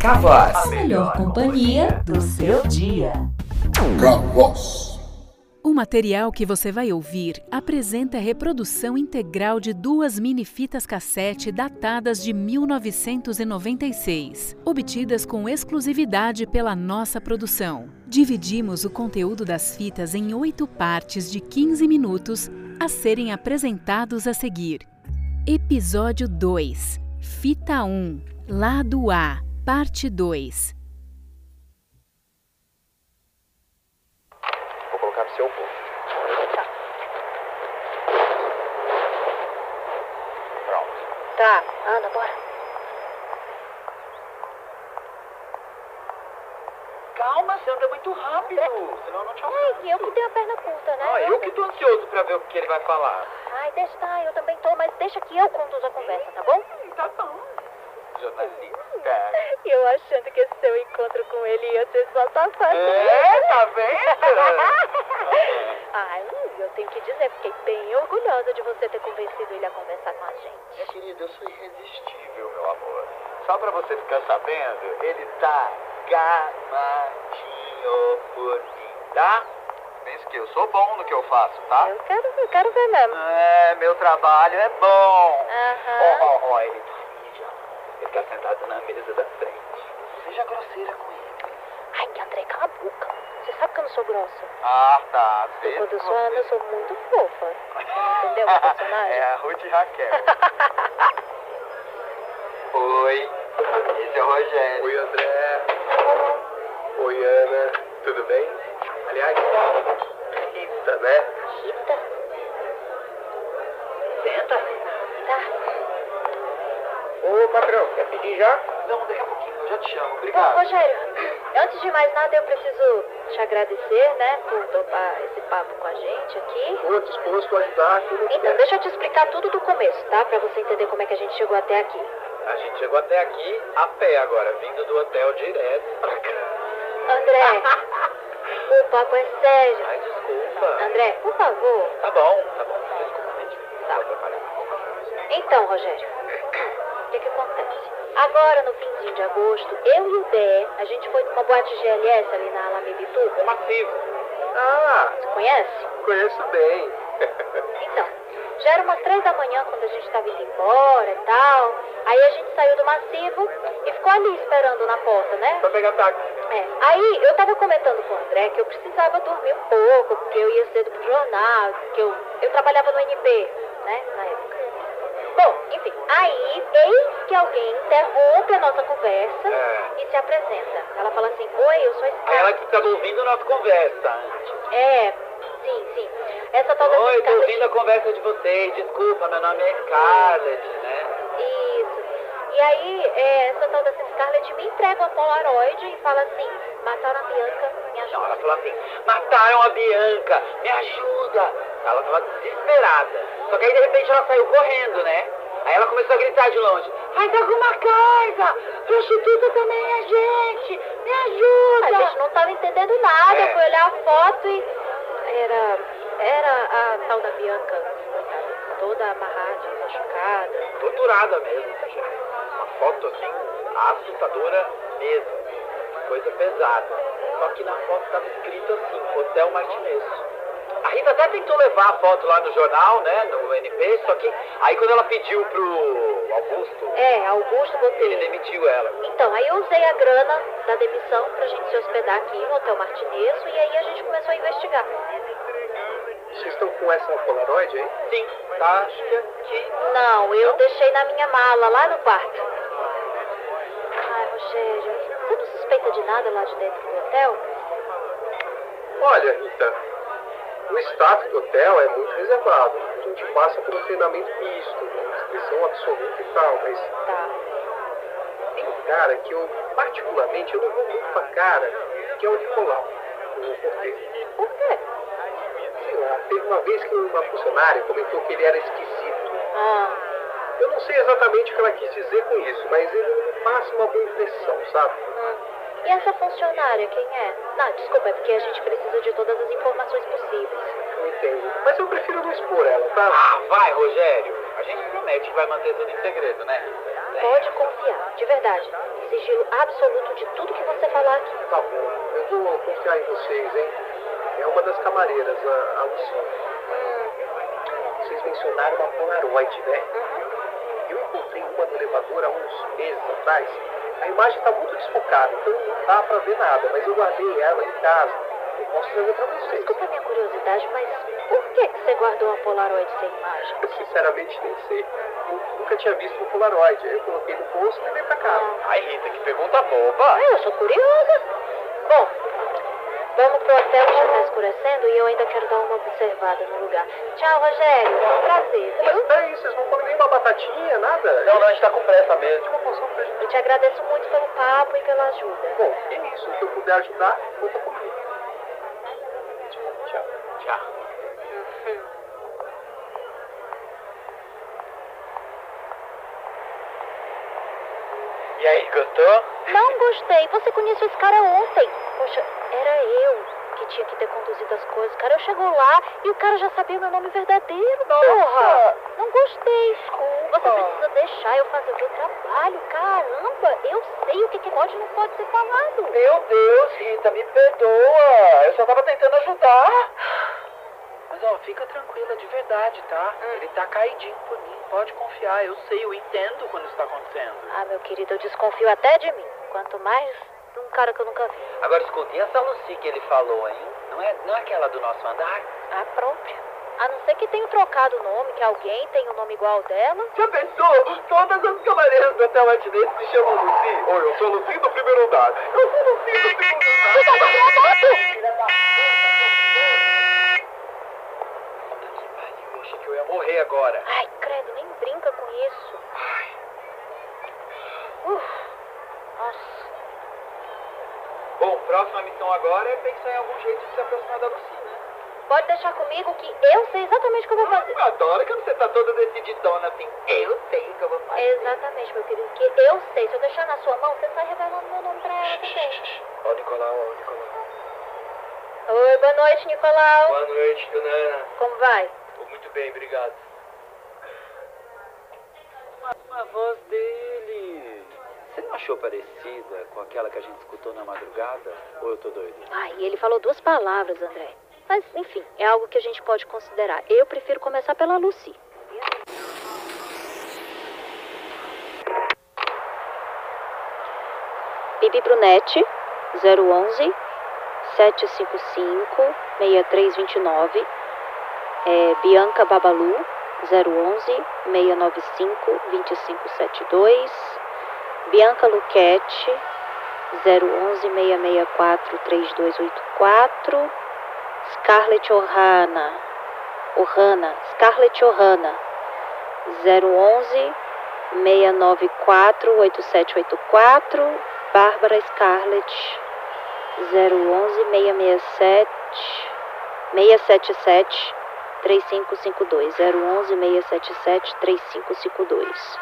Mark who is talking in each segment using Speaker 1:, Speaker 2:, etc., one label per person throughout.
Speaker 1: Cavoz.
Speaker 2: A melhor companhia
Speaker 1: do seu dia.
Speaker 3: Cavoz.
Speaker 4: O material que você vai ouvir apresenta a reprodução integral de duas minifitas cassete datadas de 1996, obtidas com exclusividade pela nossa produção. Dividimos o conteúdo das fitas em oito partes de 15 minutos a serem apresentados a seguir. Episódio 2 Fita 1 Lado A Parte 2
Speaker 5: Vou colocar pro seu bolso. Pronto.
Speaker 6: Tá, anda, bora.
Speaker 5: Calma, você anda muito rápido, senão eu não te alcanço.
Speaker 6: Ai, eu que tenho a perna curta, né?
Speaker 5: Ah, eu que tô ansioso pra ver o que ele vai falar.
Speaker 6: Ai, deixa, tá, eu também tô, mas deixa que eu conduzo a conversa, tá bom?
Speaker 5: Hum, tá bom. Hum. Jornalista.
Speaker 6: Eu achando que esse seu encontro com ele ia ser só safado.
Speaker 5: É, tá vendo?
Speaker 6: Ai, eu tenho que dizer, fiquei bem orgulhosa de você ter convencido ele a conversar com a gente.
Speaker 5: Minha querida, eu sou irresistível, meu amor. Só pra você ficar sabendo, ele tá gamadinho por mim, tá? Pense que eu sou bom no que eu faço, tá?
Speaker 6: Eu quero, eu quero ver mesmo.
Speaker 5: É, meu trabalho é bom. Ó,
Speaker 6: Aham.
Speaker 5: ó, ó, ele tá ali já. Ele tá sentado na mesa da frente. Seja grosseira com ele.
Speaker 6: Ai, André, cala a boca. Você sabe que eu não sou grossa.
Speaker 5: Ah, tá. Vê
Speaker 6: Quando eu
Speaker 5: se
Speaker 6: sou Ana, eu
Speaker 5: você-
Speaker 6: sou muito fofa. Entendeu o personagem?
Speaker 5: É a Ruth Raquel. Oi, esse é o Rogério. Oi, André. Oi, Ana. Tudo bem? Aliás, Rita, né?
Speaker 6: Rita. Senta. Tá.
Speaker 5: Ô, patrão, quer pedir já? Não, daqui a pouquinho, eu já te chamo. Obrigado.
Speaker 6: Ô, Rogério, antes de mais nada, eu preciso te agradecer, né, por topar esse papo com a gente aqui.
Speaker 5: Ô, disposto a ajudar.
Speaker 6: Então, deixa eu te explicar tudo do começo, tá? Pra você entender como é que a gente chegou até aqui.
Speaker 5: A gente chegou até aqui a pé agora, vindo do hotel direto pra cá.
Speaker 6: André, o papo é sério.
Speaker 5: Ai, desculpa.
Speaker 6: André, por favor.
Speaker 5: Tá bom, tá bom. Desculpa, gente.
Speaker 6: Tá.
Speaker 5: Vou atrapalhar. um
Speaker 6: Então, Rogério, o que, que acontece? Agora, no finzinho de agosto, eu e o Dé, a gente foi numa boate GLS ali na Alameditu.
Speaker 5: É massivo. Ah,
Speaker 6: Você conhece?
Speaker 5: conheço bem.
Speaker 6: Então, já era umas três da manhã quando a gente tava indo embora e tal. Aí a gente saiu do massivo e ficou ali esperando na porta, né?
Speaker 5: Pra pegar táxi.
Speaker 6: É. Aí eu tava comentando com o André que eu precisava dormir um pouco, porque eu ia cedo pro jornal, que eu, eu trabalhava no NP, né, na época. Bom, enfim, aí eis que alguém interrompe a nossa conversa
Speaker 5: É.
Speaker 6: e se apresenta. Ela fala assim, oi, eu sou a
Speaker 5: Aí
Speaker 6: Scarlett.
Speaker 5: ela que tava ouvindo a nossa conversa antes.
Speaker 6: É, sim, sim. Essa tal dessa
Speaker 5: Oi, tô
Speaker 6: Scarlett-
Speaker 5: ouvindo a conversa de vocês. Desculpa, meu nome é Scarlett, né?
Speaker 6: Isso. E aí, é, essa tal dessa Scarlett me entrega uma Polaroid e fala assim: mataram a Bianca,
Speaker 5: Não,
Speaker 6: me
Speaker 5: ela
Speaker 6: ajuda.
Speaker 5: falou assim, mataram a Bianca, me ajuda. Ela tava desesperada. Só que aí de repente ela saiu correndo, né? Aí ela começou a gritar de longe, faz alguma coisa! Prostituta também é gente! Me
Speaker 6: A
Speaker 5: ajuda!
Speaker 6: gente não tava entendendo nada,
Speaker 5: É.
Speaker 6: foi olhar a foto e. Era. Era a tal da Bianca, coitada, toda amarrada, machucada.
Speaker 5: torturada mesmo. assim, Uma foto assim, assustadora mesmo. Coisa pesada. Só que na foto estava escrito assim, Hotel Martinez. A Rita até tentou levar a foto lá no jornal, né? No NP, só que aí quando ela pediu pro Augusto,
Speaker 6: É, Augusto
Speaker 5: ele
Speaker 6: Botelho.
Speaker 5: demitiu ela.
Speaker 6: Então, aí eu usei a grana da demissão pra gente se hospedar aqui no Hotel Martinesso e aí a gente começou a investigar.
Speaker 5: Vocês estão com essa Polaroid aí? Sim, tá? Acho
Speaker 7: é.
Speaker 5: que aqui.
Speaker 6: Não, eu deixei na minha mala, lá no quarto. Ai, Rogério, você não suspeita de nada lá de dentro do hotel?
Speaker 7: Olha, Rita, o staff do hotel é muito reservado. A gente passa por um treinamento misto, né? inscrição absoluta e tal, mas
Speaker 6: Tá.
Speaker 7: tem um cara que eu, particularmente, eu não vou muito pra cara, que é o Nicolau, o porteiro.
Speaker 6: Por quê?
Speaker 7: Sei lá, teve uma vez que uma funcionária comentou que ele era esquisito.
Speaker 6: Ah,
Speaker 7: Eu não sei exatamente o que ela quis dizer com isso, mas ele não me passa uma boa impressão, sabe?
Speaker 6: hum. E essa funcionária, quem é? Não, desculpa, é porque a gente precisa de todas as informações possíveis.
Speaker 7: Entendo. Mas eu prefiro não expor ela, tá?
Speaker 5: Ah, vai, Rogério. A gente promete que vai manter tudo em segredo, né?
Speaker 6: Pode confiar, de verdade. Sigilo absoluto de tudo que você falar aqui.
Speaker 7: Tá bom. Eu vou confiar em vocês, hein? É uma das camareiras, a, a Luciana. Vocês mencionaram uma Polaroid, né?
Speaker 5: Uhum.
Speaker 7: Eu encontrei uma no elevador há uns meses atrás. A imagem tá muito desfocada, então não dá pra ver nada, mas eu guardei ela em casa. Eu posso trazer pra vocês.
Speaker 6: Desculpa a minha curiosidade, mas por que que você guardou uma Polaroid sem imagem?
Speaker 7: Eu sinceramente nem sei. Eu nunca tinha visto um Polaroid. Aí eu coloquei no bolso e levei pra casa.
Speaker 5: Ai, Rita, que pergunta boba.
Speaker 6: Ah, eu sou curiosa. Bom, vamos pro hotel que já tá escurecendo e eu ainda quero dar uma observada no lugar. Tchau, Rogério. Foi um prazer,
Speaker 7: Mas
Speaker 6: viu?
Speaker 7: peraí, vocês não comem nem uma batatinha, nada? Tipo
Speaker 5: Não, não, a gente tá com pressa mesmo.
Speaker 7: Uma porção pra gente.
Speaker 6: Eu te agradeço muito pelo papo e pela ajuda.
Speaker 7: Bom, é isso. Se eu puder ajudar, conta comigo. Tchau, tchau.
Speaker 5: Tchau. E aí, gostou?
Speaker 6: Não gostei. Você conheceu esse cara ontem. Poxa, era eu que tinha que ter conduzido as coisas. O cara chegou lá e o cara já sabia o meu nome verdadeiro, porra. Não gostei. Você precisa deixar eu fazer o meu trabalho. Caramba, eu sei o que, que pode e não pode ser falado.
Speaker 5: Meu Deus, Rita, me perdoa. Eu só tava tentando ajudar. Mas ó, fica tranquila, de verdade, tá? Ele tá caidinho por mim. Pode confiar, eu sei, eu entendo quando isso tá acontecendo.
Speaker 6: Ah, meu querido, eu desconfio até de mim. Quanto mais de um cara que eu nunca vi.
Speaker 5: Agora escutei essa Lucy que ele falou, hein? Não é, não é aquela do nosso andar?
Speaker 6: A própria. Ah, A não ser que tenha trocado o nome, que alguém tenha um nome igual ao dela.
Speaker 5: Já pensou? Todas as camareiras do hotel Matinês se chamam Lucy.
Speaker 7: Oi, eu sou Lucinho do primeiro andar. Eu sou Lucinho do segundo andar.
Speaker 5: Puta que pariu, eu achei que eu ia morrer agora.
Speaker 6: Ai, credo, nem brinca com isso. Uf, nossa.
Speaker 5: Bom, próxima missão agora é pensar em algum jeito de se aproximar da Lucy, né?
Speaker 6: Pode deixar comigo que eu sei exatamente o que eu vou fazer.
Speaker 5: Eu adoro que você tá toda decididona assim. Eu sei o que eu vou fazer.
Speaker 6: Exatamente, meu querido, que eu sei. Se eu deixar na sua mão, você sai revelando meu nome pra ela também.
Speaker 5: Ó, Nicolau, ó, Nicolau.
Speaker 6: Oi, boa noite, Nicolau.
Speaker 5: Boa noite, Dunana.
Speaker 6: Como vai?
Speaker 5: Tô muito bem, obrigado. A voz dele. Você não achou parecida com aquela que a gente escutou na madrugada? Ou eu tô doido?
Speaker 6: Ai, ele falou duas palavras, André. Mas, enfim, é algo que a gente pode considerar. Eu prefiro começar pela Lucy. Bibi Brunetti, 011 755 6329. É, Bianca Babalu, 011 695 2572. Bianca Luquete, 011 664 3284. Scarlett Ohana. Ohana. Scarlett Ohana. 011 694 8784. Bárbara Scarlett. 011 667 677 3552. 011 677 3552.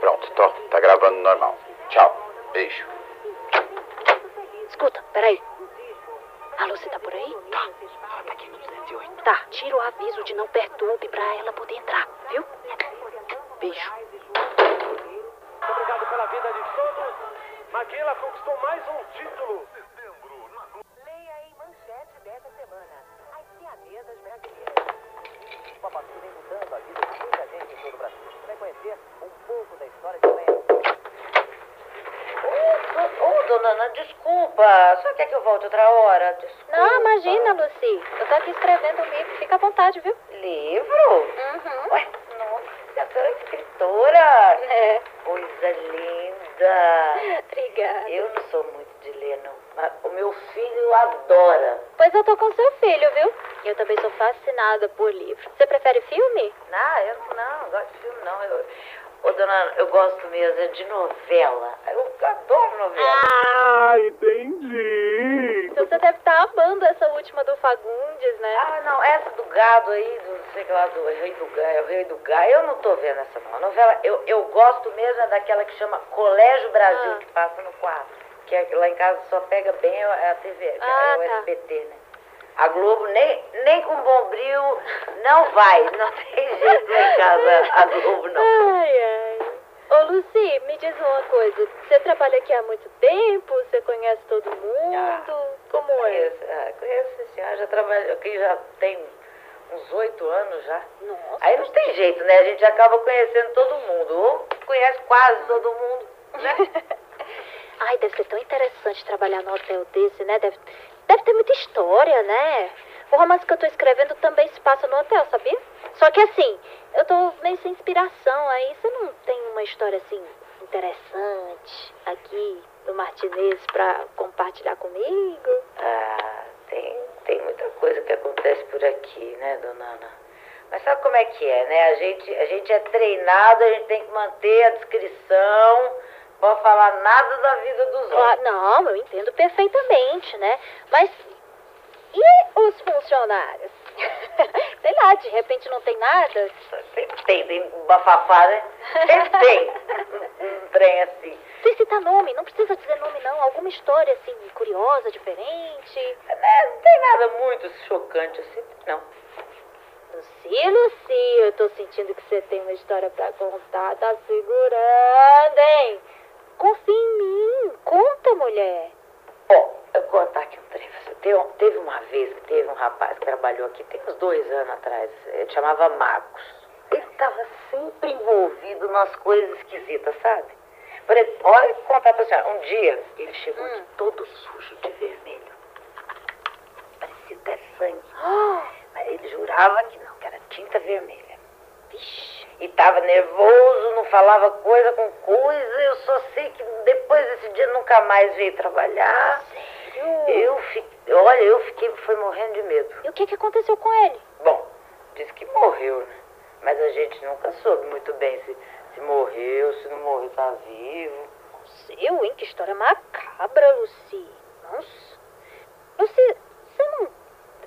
Speaker 1: Pronto, tô. Tá gravando normal. Tchau. Beijo.
Speaker 6: Escuta, peraí. A Lucy tá por aí?
Speaker 5: Tá. Ela tá aqui no 208.
Speaker 6: Tá, tira o aviso de não perturbe pra ela poder entrar, viu? Beijo.
Speaker 8: Obrigado pela vida de todos. Maguila conquistou mais um título.
Speaker 9: Leia em manchete dessa semana. As cianesas brasileiras.
Speaker 8: Papacu vem mudando a vida de muita gente em todo o Brasil. Você vai conhecer um pouco da história de Leia.
Speaker 10: Ô, dona Ana, desculpa. Só quer que eu volte outra hora? Desculpa.
Speaker 6: Não, imagina, Lucy. Eu tô aqui escrevendo um livro, fica à vontade, viu?
Speaker 10: Livro?
Speaker 6: Uhum.
Speaker 10: Ué, nossa, a senhora é escritora.
Speaker 6: É.
Speaker 10: Coisa linda.
Speaker 6: Obrigada.
Speaker 10: Eu não sou muito de ler, não. Mas o meu filho adora.
Speaker 6: Pois eu tô com seu filho, viu? Eu também sou fascinada por livro. Você prefere filme?
Speaker 10: Não, eu não, não gosto de filme, não. Eu, ô, dona Ana, eu gosto mesmo é de novela. Eu adoro novela.
Speaker 8: Ah, entendi.
Speaker 6: Então você deve estar amando essa última do Fagundes, né?
Speaker 10: Ah, não, essa do gado aí, do não sei o que lá, do rei do gado, é o rei do gado, eu não tô vendo essa não. A novela, eu, eu gosto mesmo é daquela que chama Colégio Brasil,
Speaker 6: Ah.
Speaker 10: que passa no 4. Que é- lá em casa só pega bem a a TV,
Speaker 6: Ah,
Speaker 10: é o
Speaker 6: tá.
Speaker 10: SBT, né? A Globo nem, nem com bombril não vai. Não tem jeito lá em casa a Globo não.
Speaker 6: Ai, ai. Ô, Lucy, me diz uma coisa. Você trabalha aqui há muito tempo? Você conhece todo mundo?
Speaker 10: Ah,
Speaker 6: Como é?
Speaker 10: Conheço, ah, conheço esse senhor, já trabalho aqui já tem uns oito anos já.
Speaker 6: Nossa.
Speaker 10: Aí não tem jeito, né? A gente acaba conhecendo todo mundo. Ou conhece quase todo mundo, né?
Speaker 6: Ai, deve ser tão interessante trabalhar num hotel desse, né? Deve, deve ter muita história, né? O romance que eu tô escrevendo também se passa no hotel, sabia? Só que assim, eu tô meio sem inspiração, aí você não tem uma história assim interessante aqui do Martinez pra compartilhar comigo?
Speaker 10: Ah, tem, tem muita coisa que acontece por aqui, né, dona Ana? Mas sabe como é que é, né? A gente, a gente é treinado, a gente tem que manter a descrição, não pode falar nada da vida dos
Speaker 6: Claro,
Speaker 10: outros.
Speaker 6: Ah, não, eu entendo perfeitamente, né? Mas e os funcionários? Sei lá, de repente não tem nada?
Speaker 10: Sempre tem, tem bafafá, né? Sempre tem um, um trem assim.
Speaker 6: Sem citar nome, não precisa dizer nome não, alguma história assim curiosa, diferente.
Speaker 10: Né? Não tem nada muito chocante assim, não.
Speaker 6: Luci, Luci, eu tô sentindo que você tem uma história pra contar, tá segurando, hein? Confia em mim, conta, mulher.
Speaker 10: Bom, eu vou contar aqui um trem. pra você. Teve, um- teve uma vez que teve um rapaz que trabalhou aqui, tem uns dois anos atrás, ele chamava Marcos. Ele estava sempre envolvido nas coisas esquisitas, sabe? Por exemplo, olha, eu vou contar pra senhora. Um dia, ele chegou aqui todo sujo de vermelho. Parecia até sangue. Mas ele jurava que não, que era tinta vermelha. Vixe. E tava nervoso, não falava coisa com coisa. Eu só sei que depois desse dia nunca mais veio trabalhar. Eu fiquei, olha, eu fiquei, foi morrendo de medo.
Speaker 6: E o que que aconteceu com ele?
Speaker 10: Bom, diz que morreu, né? Mas a gente nunca soube muito bem se, se morreu, se não morreu, tá vivo.
Speaker 6: Seu, hein? Que história macabra, Luci. Nossa. Luci, você não.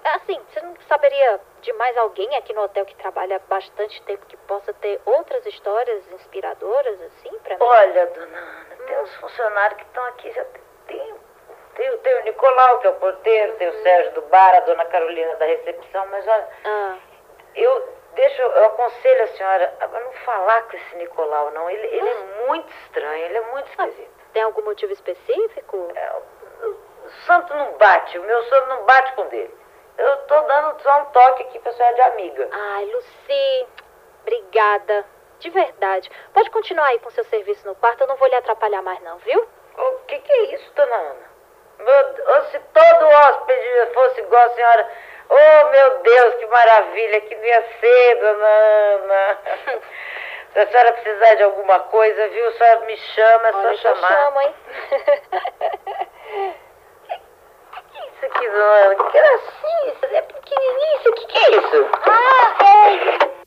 Speaker 6: Assim, você não saberia de mais alguém aqui no hotel que trabalha há bastante tempo que possa ter outras histórias inspiradoras, assim, pra mim?
Speaker 10: Olha, dona Ana, tem uns funcionários que estão aqui já tem tempo. Tem, o- tem o Nicolau, que é o porteiro, tem o Sérgio do bar, a dona Carolina da recepção, mas olha,
Speaker 6: Ah,
Speaker 10: eu deixo, eu aconselho a senhora a não falar com esse Nicolau, não. Ele, ele
Speaker 6: Ah.
Speaker 10: é muito estranho, ele é muito esquisito.
Speaker 6: tem algum motivo específico?
Speaker 10: É, o, o santo não bate, o meu santo não bate com o dele. Eu tô dando só um toque aqui pra senhora de amiga.
Speaker 6: Ai, Luci, obrigada. De verdade. Pode continuar aí com seu serviço no quarto, eu não vou lhe atrapalhar mais, não, viu?
Speaker 10: O que, que é isso, dona Ana? Meu, Deus, se todo hóspede fosse igual a senhora. Oh, meu Deus, que maravilha, que não ia ser, dona Ana. Se a senhora precisar de alguma coisa, viu? A senhora me chama, é só
Speaker 6: Olha que eu
Speaker 10: chamar.
Speaker 6: chamo, hein?
Speaker 10: Que é isso aqui, dona Ana? Que gracinha, isso é pequenininho, isso aqui, que é isso?
Speaker 6: Ah, é!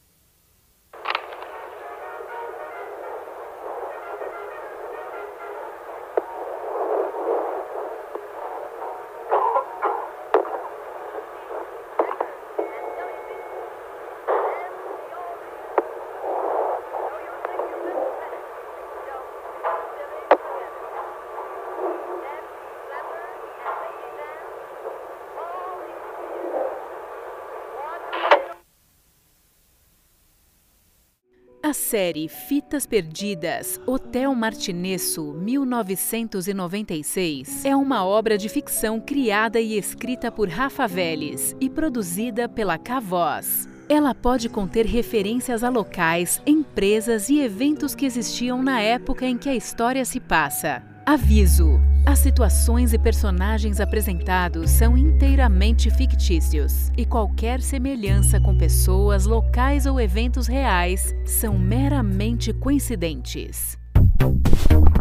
Speaker 4: A série Fitas Perdidas, Hotel Martinesso, 1996, é uma obra de ficção criada e escrita por Rafa Vélez e produzida pela Cavoz. Ela pode conter referências a locais, empresas e eventos que existiam na época em que a história se passa. Aviso: as situações e personagens apresentados são inteiramente fictícios e qualquer semelhança com pessoas, locais ou eventos reais são meramente coincidentes.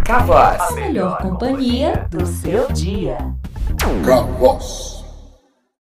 Speaker 2: A melhor companhia do seu dia.
Speaker 3: Pra voz.